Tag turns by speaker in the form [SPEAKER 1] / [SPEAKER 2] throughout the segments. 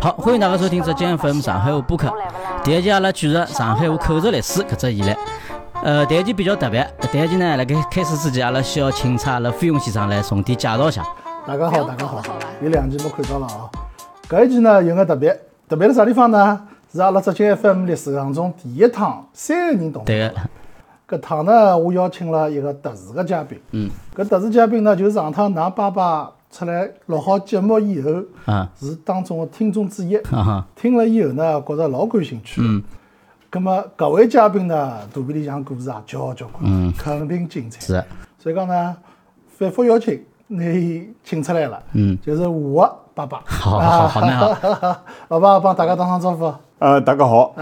[SPEAKER 1] 好，欢迎大家收听浙江 FM 上海话播客。第一期阿拉继续上海话口述历史搿只系列。呃，第一期比较特别，第一期呢，辣盖开始之前，阿拉先要请出阿拉费勇先生来重点介绍一下。
[SPEAKER 2] 大家
[SPEAKER 3] 不
[SPEAKER 2] 好，
[SPEAKER 3] 要
[SPEAKER 2] 大家
[SPEAKER 3] 搞
[SPEAKER 2] 好
[SPEAKER 3] 了好吧，
[SPEAKER 2] 有两期没看到了啊。搿一期呢有眼特别，特别在啥地方呢？是阿拉浙江 FM 历史当中第一趟三个人同
[SPEAKER 1] 对
[SPEAKER 2] 台。
[SPEAKER 1] 个，
[SPEAKER 2] 搿趟呢，我邀请了一个特殊个嘉宾。
[SPEAKER 1] 嗯。
[SPEAKER 2] 搿特殊嘉宾呢，就是上趟㑚爸爸出来录好节目以后，
[SPEAKER 1] 嗯，
[SPEAKER 2] 是当中个听众之一。
[SPEAKER 1] 哈哈，
[SPEAKER 2] 听了以后呢，觉着老感兴趣。嗯。葛么搿位嘉宾呢，肚皮里向故事也交交关，
[SPEAKER 1] 嗯
[SPEAKER 2] 肯定精彩。
[SPEAKER 1] 是，
[SPEAKER 2] 所以讲呢，反复邀请，拿伊请出来了。
[SPEAKER 1] 嗯，
[SPEAKER 2] 就是我的爸爸。
[SPEAKER 1] 好啊好好好蛮好
[SPEAKER 2] 好。老爸帮大家打声招呼，
[SPEAKER 4] 呃，大家好，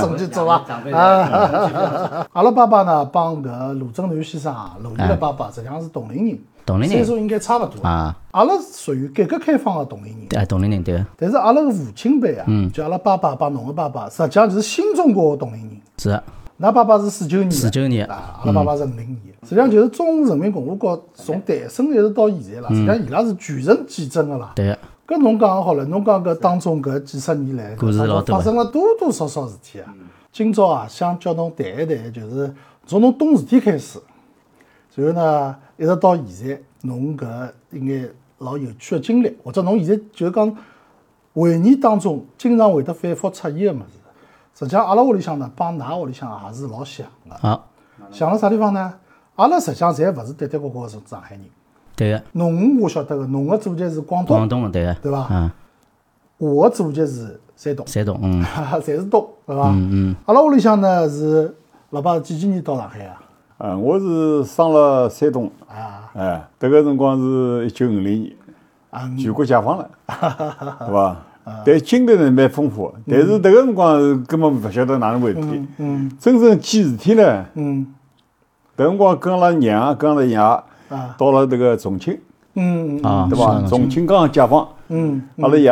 [SPEAKER 2] 总结走啊。啊， 阿拉爸爸呢，帮搿卢正南先生啊，卢毅的爸爸实际上是同龄人，
[SPEAKER 1] 同龄人
[SPEAKER 2] 岁数应该差勿多。
[SPEAKER 1] 啊，
[SPEAKER 2] 阿拉属于改革开放的同龄人。
[SPEAKER 1] 对，同龄人对个，
[SPEAKER 2] 但是阿拉个父亲辈啊，
[SPEAKER 1] 嗯
[SPEAKER 2] 就阿拉爸爸帮侬个爸爸，实际上就是新中国个同龄人。
[SPEAKER 1] 是的，
[SPEAKER 2] 㑚爸爸是四九年的，
[SPEAKER 1] 49年
[SPEAKER 2] 啊，阿拉爸爸是五零年的。实际上就是中华人民共和国从诞生一直到现在啦，实际上伊拉是全城见证个啦。
[SPEAKER 1] 对个，
[SPEAKER 2] 搿侬讲好了，侬讲搿当中搿几十年来，
[SPEAKER 1] 故事老多啊嗯
[SPEAKER 2] 发生了多多少少事体啊。今朝啊，想叫侬谈一谈，就是从侬懂事体开始，然后呢，一直到现在，侬搿应该老有趣的经历，或者侬现在就是讲回忆当中经常会得反复出现个物事。实际上，阿拉屋里向呢，帮㑚屋里向也是老像个，
[SPEAKER 1] 好，
[SPEAKER 2] 像辣啥地方呢？阿拉实际上侪勿是跌跌呱呱个上海人。
[SPEAKER 1] 对个，
[SPEAKER 2] 侬我晓得个，侬个祖籍是广东
[SPEAKER 1] 广，东的对个，
[SPEAKER 2] 对伐
[SPEAKER 1] 嗯，
[SPEAKER 2] 我个祖籍是山 东，
[SPEAKER 1] 山东，嗯，
[SPEAKER 2] 哈哈，侪是东，对伐？嗯嗯。阿拉屋里向呢是老爸是几几年到上海啊？
[SPEAKER 4] 呃，我是生了山东，
[SPEAKER 2] 啊，
[SPEAKER 4] 哎，迭个辰光是一九五零年，
[SPEAKER 2] 啊
[SPEAKER 4] 全国解 放了，对伐？但经历呢蛮丰富的，但是迭个辰光是根本勿晓得哪能回事
[SPEAKER 2] 嗯
[SPEAKER 4] 体，真正记事体呢，
[SPEAKER 2] 嗯
[SPEAKER 4] 迭辰光跟阿拉娘跟阿拉爷
[SPEAKER 2] 啊
[SPEAKER 4] 到了迭个重庆，
[SPEAKER 2] 嗯嗯
[SPEAKER 1] 啊，
[SPEAKER 4] 对
[SPEAKER 1] 是
[SPEAKER 4] 伐？
[SPEAKER 1] 的
[SPEAKER 4] 重庆刚解放，
[SPEAKER 2] 嗯，
[SPEAKER 4] 阿拉爷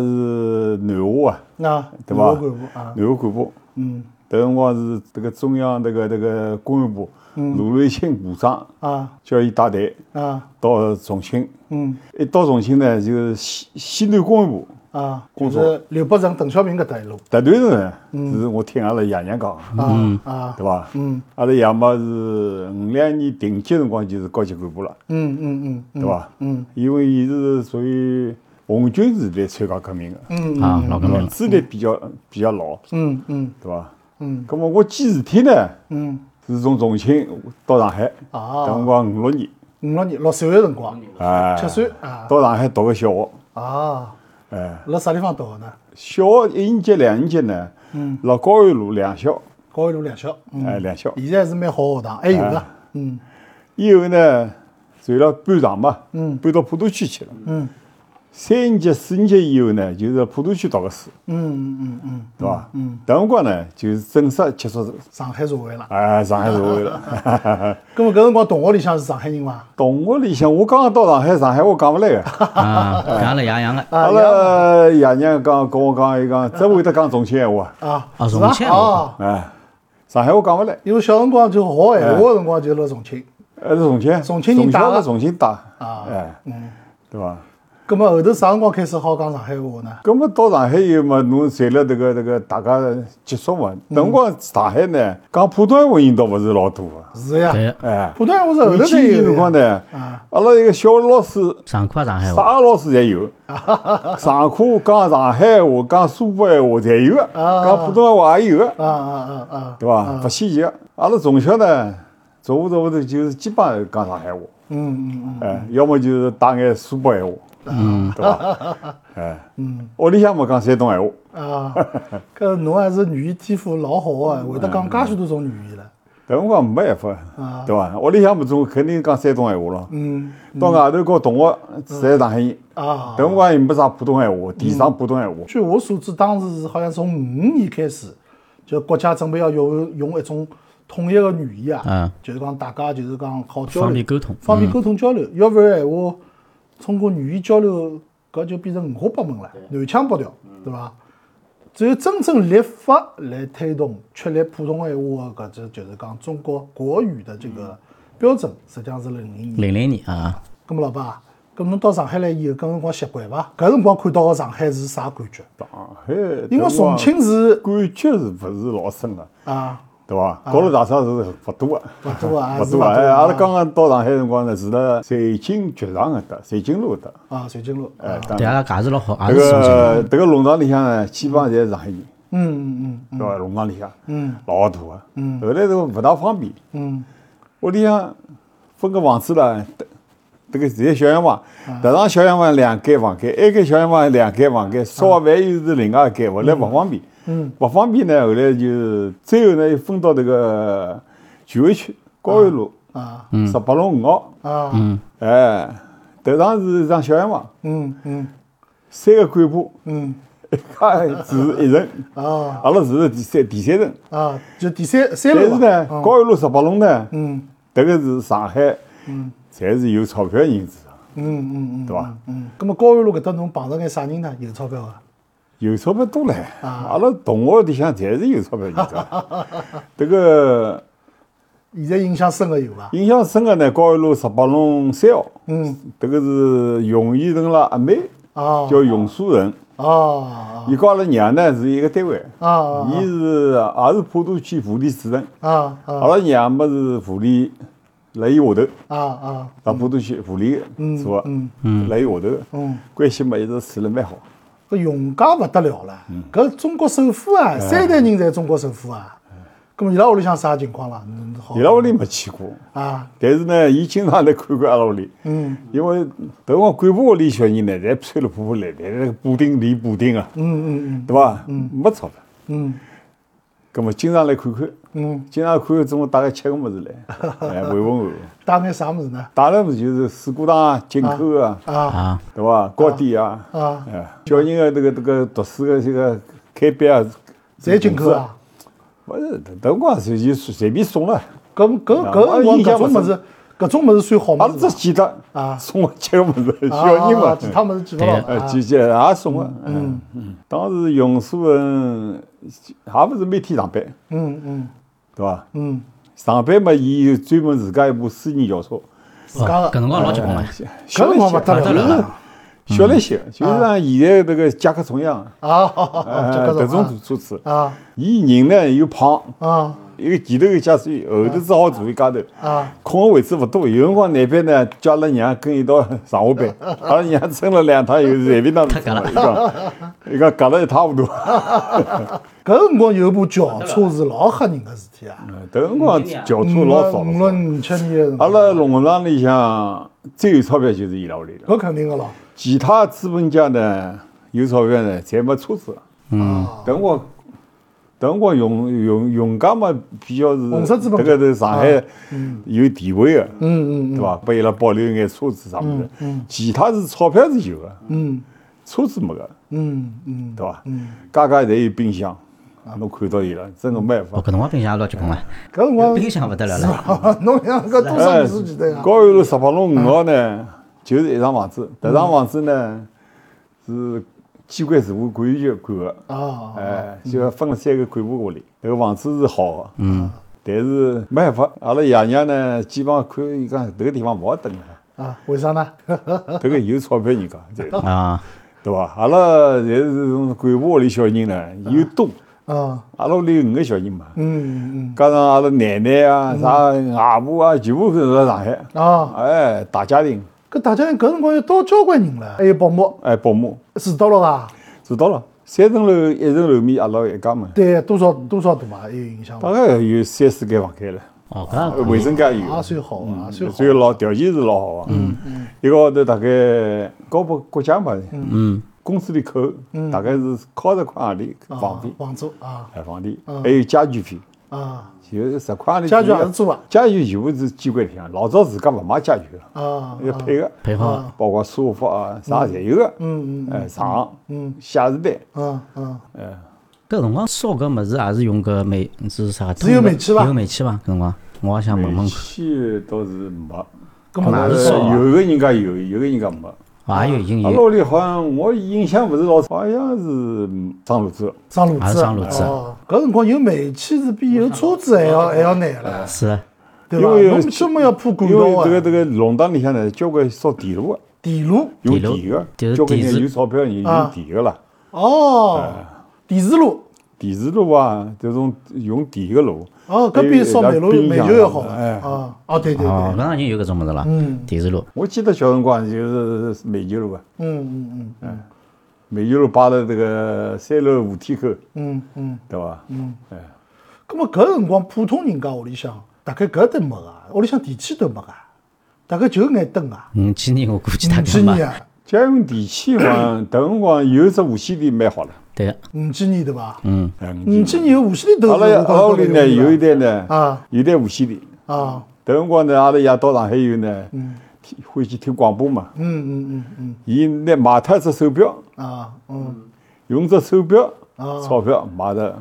[SPEAKER 4] 是南华啊，
[SPEAKER 2] 那
[SPEAKER 4] 对伐
[SPEAKER 2] 干部啊，
[SPEAKER 4] 南华干部，
[SPEAKER 2] 嗯
[SPEAKER 4] 迭辰光是迭个中央迭个迭个公安部
[SPEAKER 2] 嗯
[SPEAKER 4] 卢瑞卿部长
[SPEAKER 2] 啊
[SPEAKER 4] 叫伊带队
[SPEAKER 2] 啊
[SPEAKER 4] 到重庆。
[SPEAKER 2] 嗯
[SPEAKER 4] 一到重庆呢，就是西西南公安部，
[SPEAKER 2] 啊，就
[SPEAKER 4] 工作
[SPEAKER 2] 是刘伯承、邓小平搿搭一路
[SPEAKER 4] 特段呢，是我听阿拉爷娘讲，
[SPEAKER 2] 嗯啊啊
[SPEAKER 4] 对，伐？
[SPEAKER 2] 嗯
[SPEAKER 4] 阿拉爷妈是五两年顶级辰光就是高级干部了，
[SPEAKER 2] 嗯嗯嗯
[SPEAKER 4] 对伐？
[SPEAKER 2] 嗯，
[SPEAKER 4] 因为伊是属于红军时代参加革命的，
[SPEAKER 2] 嗯
[SPEAKER 1] 啊，老革命
[SPEAKER 4] 对伐？
[SPEAKER 1] 了，
[SPEAKER 4] 资历比较比较老，
[SPEAKER 2] 嗯嗯
[SPEAKER 4] 对伐？
[SPEAKER 2] 嗯
[SPEAKER 4] 咁么我记事体呢，
[SPEAKER 2] 嗯
[SPEAKER 4] 是从重庆到上海，
[SPEAKER 2] 啊
[SPEAKER 4] 搿，辰光五六年，
[SPEAKER 2] 五六年六岁个辰光，
[SPEAKER 4] 哎
[SPEAKER 2] 七，岁啊
[SPEAKER 4] 到上海读个小学，
[SPEAKER 2] 啊，
[SPEAKER 4] 哎，
[SPEAKER 2] 辣啥地方读个呢？
[SPEAKER 4] 小学一年级、两年级呢，辣高安路两校，
[SPEAKER 2] 高一路两小，嗯，
[SPEAKER 4] 哎，两校。
[SPEAKER 2] 现在是蛮好个学堂，还有个，嗯
[SPEAKER 4] 以后呢，随了搬场嘛，
[SPEAKER 2] 嗯
[SPEAKER 4] 搬到普陀区去了。
[SPEAKER 2] 嗯。
[SPEAKER 4] 三年级、四年级以后呢，就是普陀区读个书，
[SPEAKER 2] 嗯嗯嗯，
[SPEAKER 4] 对伐？嗯。迭辰光呢，就是正式接触
[SPEAKER 2] 上海社会了。
[SPEAKER 4] 啊上海社会了。
[SPEAKER 2] 咁么搿辰光同学里向是上海人伐？
[SPEAKER 4] 同学里向，我刚刚到上海，上海话讲 勿来个。
[SPEAKER 1] 啊，跟阿拉爷一样的，
[SPEAKER 4] 阿拉爷娘讲跟我讲，伊讲只会得讲重庆闲话，
[SPEAKER 2] 啊，
[SPEAKER 1] 啊
[SPEAKER 2] 是伐
[SPEAKER 1] 重庆
[SPEAKER 2] 啊，
[SPEAKER 4] 哎，上海话讲勿来。
[SPEAKER 2] 因为小辰光就学闲话个辰光就辣重庆。
[SPEAKER 4] 还是重庆，
[SPEAKER 2] 重庆人打
[SPEAKER 4] 小
[SPEAKER 2] 了
[SPEAKER 4] 了重庆打，
[SPEAKER 2] 啊
[SPEAKER 4] 哎，对伐？
[SPEAKER 2] 咁么后头啥辰光开始好讲上海话呢？
[SPEAKER 4] 咁么到上海以后嘛，侬随了迭个迭个大家接触嘛，等辰光上海呢，讲普通话人倒勿是老多个，
[SPEAKER 2] 是呀，
[SPEAKER 1] 对个，
[SPEAKER 4] 哎，
[SPEAKER 2] 普通话是后头
[SPEAKER 4] 年
[SPEAKER 2] 才
[SPEAKER 4] 轻
[SPEAKER 2] 有
[SPEAKER 4] 辰光
[SPEAKER 2] 的呀。
[SPEAKER 4] 呢
[SPEAKER 2] 啊，
[SPEAKER 4] 阿拉一个小学老师，
[SPEAKER 1] 上课也
[SPEAKER 2] 哎
[SPEAKER 1] 上海话，
[SPEAKER 4] 啥老师侪 有，上课讲上海话、讲苏北闲话侪有个，讲普通话也有个，
[SPEAKER 2] 啊啊啊啊，
[SPEAKER 4] 对伐？勿稀奇个。阿拉从小呢，做下做下头就是基本上讲上海话，
[SPEAKER 2] 嗯嗯
[SPEAKER 4] 哎，要么就是带眼苏北闲话，嗯，对伐？哎，嗯，屋里向嘛讲山东闲话。
[SPEAKER 2] 嗯啊， 搿侬还是语言天赋老好个，会得讲介许多种语言了。
[SPEAKER 4] 搿辰光没办法，对伐？屋里向么总肯定讲山东闲话咯。
[SPEAKER 2] 啊嗯
[SPEAKER 4] 到外头跟同学侪是上海人，
[SPEAKER 2] 啊嗯
[SPEAKER 4] 搿，辰光也没啥普通闲话，提倡普通闲话。
[SPEAKER 2] 据我所知，当时是好像从五五年开始，就国家准备要用用一种统一的语言啊，
[SPEAKER 1] 嗯
[SPEAKER 2] 就是讲大家就是讲好交流，
[SPEAKER 1] 方便沟通，
[SPEAKER 2] 方便沟通交
[SPEAKER 4] 嗯
[SPEAKER 2] 流。要不然闲话，通过语言交流，搿就变成五花八门了，南腔北调，
[SPEAKER 4] 嗯
[SPEAKER 2] 对伐？只有真正立法来推动确立普通闲话的搿只就是讲中
[SPEAKER 4] 嗯
[SPEAKER 2] 国国语的这个标准，实际上是零零年。
[SPEAKER 1] 零零年啊，
[SPEAKER 2] 咁么老爸，咁侬到上海来以后，搿辰光习惯伐？搿辰光看到个上海是啥感觉？
[SPEAKER 4] 上海，
[SPEAKER 2] 因为重庆是
[SPEAKER 4] 感觉是不是老深个，
[SPEAKER 2] 啊，
[SPEAKER 4] 对伐？高楼大厦是不多个，
[SPEAKER 2] 勿多啊，
[SPEAKER 4] 不
[SPEAKER 2] 是勿
[SPEAKER 4] 多
[SPEAKER 2] 多
[SPEAKER 4] 个。哎，阿拉
[SPEAKER 2] 啊
[SPEAKER 4] 刚刚到上海辰光呢，是辣瑞金剧场搿搭，瑞金路搿搭，
[SPEAKER 2] 啊，水晶路，
[SPEAKER 4] 哎，当
[SPEAKER 1] 对阿拉解释老好，也
[SPEAKER 4] 这
[SPEAKER 1] 是重庆人。
[SPEAKER 4] 个这个弄堂里向呢，基本上侪是上海人，
[SPEAKER 2] 嗯嗯
[SPEAKER 4] 对伐？弄堂里向，
[SPEAKER 2] 嗯，
[SPEAKER 4] 老大个，嗯，后来都勿大方便，
[SPEAKER 2] 嗯
[SPEAKER 4] 屋里向分个房子啦，得这个侪小洋房，
[SPEAKER 2] 啊
[SPEAKER 4] 搭上小洋房两间房间，埃间小洋房两间
[SPEAKER 2] 啊
[SPEAKER 4] 房间，烧饭又是另外一间，后来勿方便，嗯，勿方便呢，后来就最后呢又分到这个徐汇区高安路
[SPEAKER 2] 嗯啊
[SPEAKER 4] 十八弄五号，
[SPEAKER 2] 啊，
[SPEAKER 4] 哎，头上是一幢小洋房，
[SPEAKER 2] 嗯嗯
[SPEAKER 4] 三个干部，
[SPEAKER 2] 嗯
[SPEAKER 4] 一家住一层，
[SPEAKER 2] 啊
[SPEAKER 4] 阿拉住是第三第三层，
[SPEAKER 2] 啊，就第三三楼
[SPEAKER 4] 但是
[SPEAKER 2] 嘛
[SPEAKER 4] 呢，
[SPEAKER 2] 嗯
[SPEAKER 4] 高安路十八弄呢，
[SPEAKER 2] 嗯
[SPEAKER 4] 迭个是上海，嗯，侪是有钞票人住的，啊
[SPEAKER 2] 嗯嗯嗯，
[SPEAKER 4] 对伐？
[SPEAKER 2] 嗯，咁么高安路搿搭侬碰着眼啥人呢？有钞票啊？
[SPEAKER 4] 有钞票多唻，阿拉同学里向侪是有钞票人的。 迭个
[SPEAKER 2] 现在印象深个有伐？
[SPEAKER 4] 印象深个呢，高安路十八弄三号，
[SPEAKER 2] 嗯，
[SPEAKER 4] 迭个是永义城啦阿妹，
[SPEAKER 2] 哦
[SPEAKER 4] 叫永苏人，
[SPEAKER 2] 哦
[SPEAKER 4] 伊跟阿拉娘呢是一个单位，
[SPEAKER 2] 哦哦
[SPEAKER 4] 伊是啊也是普陀区妇联主任，
[SPEAKER 2] 啊啊
[SPEAKER 4] 阿拉娘么是妇联，辣伊下头。
[SPEAKER 2] 啊啊，
[SPEAKER 4] 那普陀区护理是吧？嗯嗯，来下头的，
[SPEAKER 2] 嗯，
[SPEAKER 4] 关系嘛一直处了蛮好。
[SPEAKER 2] 搿用家勿得了了，搿中国首富啊，三代人侪中国首富啊。咁么伊拉屋里向啥情况啦？侬好
[SPEAKER 4] 伊拉屋里没去过，
[SPEAKER 2] 啊
[SPEAKER 4] 但是呢，伊经常来看看阿拉屋里。嗯，因为头光干部屋里小人呢，侪穿了破破烂烂，那个补丁连补丁啊，嗯嗯嗯，对伐？嗯，没钞票。
[SPEAKER 2] 嗯，
[SPEAKER 4] 葛么经常来看看。
[SPEAKER 2] 嗯，
[SPEAKER 4] 经常看看，总归带个吃个物事 来，哎，慰问慰问。
[SPEAKER 2] 带眼啥物事呢？
[SPEAKER 4] 带了么就是水果糖啊、进口啊，
[SPEAKER 2] 啊
[SPEAKER 1] 啊，
[SPEAKER 4] 对伐？糕点啊，
[SPEAKER 2] 啊，
[SPEAKER 4] 哎，小人个这个这个读书个这个开笔啊，
[SPEAKER 2] 侪进口啊。
[SPEAKER 4] 勿是，搿辰光随便随便送了，
[SPEAKER 2] 搿搿
[SPEAKER 4] 啊
[SPEAKER 2] 搿辰光
[SPEAKER 4] 印
[SPEAKER 2] 搿
[SPEAKER 4] 象
[SPEAKER 2] 种
[SPEAKER 4] 勿
[SPEAKER 2] 物事，搿种物事算好
[SPEAKER 4] 阿拉
[SPEAKER 2] 物
[SPEAKER 4] 只
[SPEAKER 2] 事伐。
[SPEAKER 4] 记得
[SPEAKER 2] 啊
[SPEAKER 4] 送我吃个物事，
[SPEAKER 2] 啊
[SPEAKER 4] 小人
[SPEAKER 2] 啊
[SPEAKER 4] 嘛
[SPEAKER 2] 啊，其他物事记勿牢
[SPEAKER 1] 对
[SPEAKER 4] 呃，
[SPEAKER 2] 啊
[SPEAKER 4] 记记也送个，嗯嗯，当时永苏人也勿是每天上班，
[SPEAKER 2] 嗯嗯
[SPEAKER 4] 对伐？
[SPEAKER 2] 嗯，
[SPEAKER 4] 上班嘛，伊有专门自家一部私人轿车，
[SPEAKER 2] 自家
[SPEAKER 1] 哦搿辰
[SPEAKER 2] 个
[SPEAKER 1] 光老结棍
[SPEAKER 2] 哎
[SPEAKER 1] 了，
[SPEAKER 2] 搿辰光勿得
[SPEAKER 1] 勿得
[SPEAKER 2] 了
[SPEAKER 1] 了
[SPEAKER 2] 了
[SPEAKER 4] 小嗯了些，就是像现在这个夹克虫一样，
[SPEAKER 2] 嗯啊，
[SPEAKER 4] 哎，
[SPEAKER 2] 就
[SPEAKER 4] 搿
[SPEAKER 2] 搿
[SPEAKER 4] 种
[SPEAKER 2] 种
[SPEAKER 4] 车子，
[SPEAKER 2] 啊
[SPEAKER 4] 伊人呢又胖，
[SPEAKER 2] 啊啊
[SPEAKER 4] 一个前头一家属，后头只好坐一家头。
[SPEAKER 2] 啊
[SPEAKER 4] 空个位置勿多，有辰光难班呢，叫阿拉娘跟伊到上下班，阿拉娘撑了两趟，又随便当
[SPEAKER 1] 太夹了
[SPEAKER 4] 伊讲，伊讲夹了一塌糊涂。
[SPEAKER 2] 搿辰光有部轿车是老吓人个事体啊，
[SPEAKER 4] 迭辰光轿车老少
[SPEAKER 2] 五六
[SPEAKER 4] 了，
[SPEAKER 2] 五七年个辰
[SPEAKER 4] 阿
[SPEAKER 2] 光，
[SPEAKER 4] 拉弄堂里向最有钞票就是伊拉屋里了，
[SPEAKER 2] 搿肯定个咯。
[SPEAKER 4] 其他资本家呢有钞票呢，侪没车子。
[SPEAKER 2] 嗯，
[SPEAKER 4] 迭辰光，迭辰光用用用家嘛比较是，
[SPEAKER 2] 红色资本
[SPEAKER 4] 迭
[SPEAKER 2] 家啊
[SPEAKER 4] 个是上海有地位个，
[SPEAKER 2] 嗯嗯
[SPEAKER 4] 对伐？拨伊拉保留眼车子啥物事，其他是钞票是有个，
[SPEAKER 2] 嗯
[SPEAKER 4] 车子没个。
[SPEAKER 2] 嗯嗯，
[SPEAKER 4] 对伐？家家侪有冰箱，啊侬看到伊了，真个没办
[SPEAKER 1] 哦，
[SPEAKER 4] 法。
[SPEAKER 1] 搿辰光冰箱也老结棍了，
[SPEAKER 2] 搿辰光
[SPEAKER 1] 冰箱勿得了了。
[SPEAKER 2] 侬想搿多少
[SPEAKER 4] 哎
[SPEAKER 2] 年数几代啊？
[SPEAKER 4] 高安路十八弄五号呢，就是一幢房子，迭幢房子呢是机关事务管理局管个，
[SPEAKER 2] 啊，
[SPEAKER 4] 哎，就分了三个干部屋里。迭个房子是好个，嗯，但是没办法，阿拉爷娘呢，基本上看伊讲迭个地方勿好蹲了，
[SPEAKER 2] 啊，为啥呢？
[SPEAKER 4] 迭个有钞票人家， 对
[SPEAKER 1] 啊，
[SPEAKER 4] 对伐？阿拉侪是从干部屋里小人呢，又多，
[SPEAKER 2] 啊，
[SPEAKER 4] 阿拉屋里有五个小人嘛，
[SPEAKER 2] 嗯嗯
[SPEAKER 4] 加上阿拉奶奶啊、啥外婆啊，全部是辣上海。
[SPEAKER 2] 嗯，啊，
[SPEAKER 4] 哎，大家庭，
[SPEAKER 2] 搿大家搿辰光要到交关人了，还有保姆
[SPEAKER 4] 哎，保姆
[SPEAKER 2] 住到了伐？
[SPEAKER 4] 知道了。三层楼、一层楼面，阿拉一家门，
[SPEAKER 2] 对，多少多少大嘛，有影响
[SPEAKER 4] 大
[SPEAKER 2] 伐？
[SPEAKER 4] 概有三四间房间了，
[SPEAKER 1] 哦，搿
[SPEAKER 2] 呃
[SPEAKER 1] 也可以
[SPEAKER 4] 卫生间
[SPEAKER 2] 也
[SPEAKER 4] 有，
[SPEAKER 2] 啊算好，也算好
[SPEAKER 4] 嗯
[SPEAKER 2] 啊
[SPEAKER 4] 所以。老条件是老好啊。嗯嗯，一个号头大概交拨国家嘛，
[SPEAKER 1] 嗯，
[SPEAKER 4] 工资里扣，大概是靠十块洋钿
[SPEAKER 2] 嗯啊
[SPEAKER 4] 房费，
[SPEAKER 2] 房租啊
[SPEAKER 4] 哎，房钿，还有家具费，
[SPEAKER 2] 啊
[SPEAKER 4] 就是十块洋钿。
[SPEAKER 2] 家具也是租啊，
[SPEAKER 4] 家具全部是机关里向，老早自家勿买家具了，
[SPEAKER 2] 啊
[SPEAKER 4] 要配个。
[SPEAKER 1] 配好了，
[SPEAKER 4] 包括沙发啊，啥侪有个。
[SPEAKER 2] 嗯
[SPEAKER 4] 嗯，哎，床，嗯，写字台，
[SPEAKER 2] 啊啊！
[SPEAKER 1] 搿辰光烧搿物事也是用搿煤是啥？
[SPEAKER 2] 是有煤气伐
[SPEAKER 1] 有煤气伐？搿辰光我也想问问
[SPEAKER 4] 煤
[SPEAKER 1] 看
[SPEAKER 4] 气倒是没，
[SPEAKER 2] 搿么
[SPEAKER 1] 哪
[SPEAKER 4] 呃
[SPEAKER 1] 是少啊
[SPEAKER 4] 有个人家有，有个人家没。，
[SPEAKER 1] 啊也有已经
[SPEAKER 4] 阿拉
[SPEAKER 1] 有
[SPEAKER 4] 屋里好像我印象勿是老，好像是张路子，
[SPEAKER 2] 上路
[SPEAKER 1] 也
[SPEAKER 2] 子
[SPEAKER 1] 是
[SPEAKER 2] 啊，
[SPEAKER 1] 上路子
[SPEAKER 2] 哦，搿辰光有煤气是比有车子还要还要难了，
[SPEAKER 1] 是哦
[SPEAKER 2] 对
[SPEAKER 4] 哎因为
[SPEAKER 2] 伐？侬专门要铺管
[SPEAKER 4] 因为
[SPEAKER 2] 道
[SPEAKER 4] 这个
[SPEAKER 2] 啊，
[SPEAKER 4] 这个弄堂里向呢，交关烧电炉个，
[SPEAKER 2] 电炉
[SPEAKER 4] 用
[SPEAKER 1] 电炉
[SPEAKER 4] 电个
[SPEAKER 1] 就是，
[SPEAKER 4] 交关
[SPEAKER 1] 电
[SPEAKER 4] 人
[SPEAKER 1] 视
[SPEAKER 4] 有钞票人
[SPEAKER 2] 啊
[SPEAKER 4] 用电个啦，
[SPEAKER 2] 哦，
[SPEAKER 4] 哎
[SPEAKER 2] 电磁炉
[SPEAKER 4] 电磁炉啊，这种用电个炉。
[SPEAKER 2] 哦，搿比烧煤炉煤球要好
[SPEAKER 4] 哎
[SPEAKER 2] 啊！哦，对对嗯
[SPEAKER 1] 哦，
[SPEAKER 2] 对，
[SPEAKER 1] 搿已经有搿种物事了，电磁炉。
[SPEAKER 4] 我记得小辰光就是煤球炉啊，哎
[SPEAKER 2] 嗯嗯嗯
[SPEAKER 4] 煤球炉摆辣这个三楼扶梯口，
[SPEAKER 2] 嗯嗯。
[SPEAKER 4] 对伐？嗯，哎，
[SPEAKER 2] 咁么搿辰光普通人家屋里向大概搿搭没个，屋里向电器都没个，大概就眼灯啊，
[SPEAKER 1] 五千年我估计大
[SPEAKER 2] 五
[SPEAKER 1] 概
[SPEAKER 2] 几
[SPEAKER 1] 没
[SPEAKER 2] 年。啊，
[SPEAKER 4] 家用电器 嘛，迭辰光有只无线电蛮好了。
[SPEAKER 1] 对个，
[SPEAKER 2] 五几年对伐？
[SPEAKER 1] 嗯，
[SPEAKER 4] 哎
[SPEAKER 2] 五几年无线电都
[SPEAKER 4] 阿
[SPEAKER 2] 是
[SPEAKER 4] 拉
[SPEAKER 2] 我
[SPEAKER 4] 阿
[SPEAKER 2] 觉着
[SPEAKER 4] 拉屋里
[SPEAKER 2] 高
[SPEAKER 4] 呢
[SPEAKER 2] 头
[SPEAKER 4] 有一
[SPEAKER 2] 的
[SPEAKER 4] 台呢
[SPEAKER 2] 啊，
[SPEAKER 4] 有一台无线电。
[SPEAKER 2] 啊，
[SPEAKER 4] 迭辰光呢，阿拉爷到上海以后呢，听欢喜听广播嘛。
[SPEAKER 2] 嗯嗯嗯
[SPEAKER 4] 伊拿买脱一只手表，
[SPEAKER 2] 嗯啊嗯
[SPEAKER 4] 用只手表
[SPEAKER 2] 啊
[SPEAKER 4] 钞票买的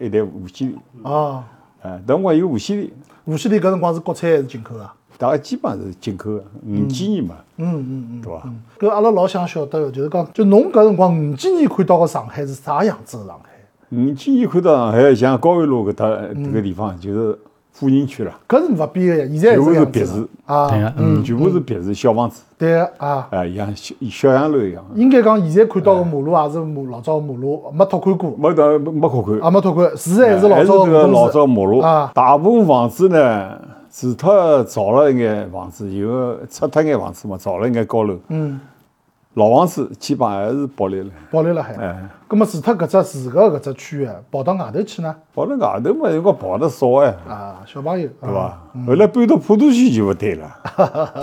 [SPEAKER 4] 一台无线电。
[SPEAKER 2] 啊，
[SPEAKER 4] 哎，迭辰光有无线电，
[SPEAKER 2] 无线电搿辰光是国产还是进口啊？
[SPEAKER 4] 大概基本上是进口的，五几年嘛，
[SPEAKER 2] 嗯嗯嗯。
[SPEAKER 4] 对伐？
[SPEAKER 2] 搿阿拉老想晓得个，就是讲，就侬搿辰光五几年看到个上海是啥样子个上海？
[SPEAKER 4] 五几年看到上海像高安路搿搭
[SPEAKER 2] 嗯
[SPEAKER 4] 迭个地方，就是富人区了，
[SPEAKER 2] 搿是勿变个呀，现在
[SPEAKER 4] 全
[SPEAKER 2] 是
[SPEAKER 4] 部是
[SPEAKER 2] 搿
[SPEAKER 4] 别
[SPEAKER 2] 样子
[SPEAKER 4] 墅
[SPEAKER 2] 的，啊，
[SPEAKER 1] 对个，嗯，
[SPEAKER 4] 全部是别墅小房子，
[SPEAKER 2] 对个啊。
[SPEAKER 4] 啊，像小小洋楼一样，
[SPEAKER 2] 应该讲现在看到个马路也是马老早个马路，没拓宽过，
[SPEAKER 4] 没得没可看。
[SPEAKER 2] 啊也没拓宽，是还是老早
[SPEAKER 4] 哎还是这
[SPEAKER 2] 个
[SPEAKER 4] 个
[SPEAKER 2] 马
[SPEAKER 4] 老
[SPEAKER 2] 路
[SPEAKER 4] 早马路
[SPEAKER 2] 啊
[SPEAKER 4] 大部分房子呢，除脱造了一眼房子，有的拆脱一眼房子嘛，造了一眼高楼。嗯，老房子基本上还是保留了，
[SPEAKER 2] 保留了海。
[SPEAKER 4] 哎，
[SPEAKER 2] 咁么除脱搿只住个搿只区域，啊跑到外头去呢？
[SPEAKER 4] 跑到外头嘛，有个跑得少哎，
[SPEAKER 2] 啊，小朋友，
[SPEAKER 4] 对？伐？
[SPEAKER 2] 嗯
[SPEAKER 4] 后来搬到普陀区就勿对 了，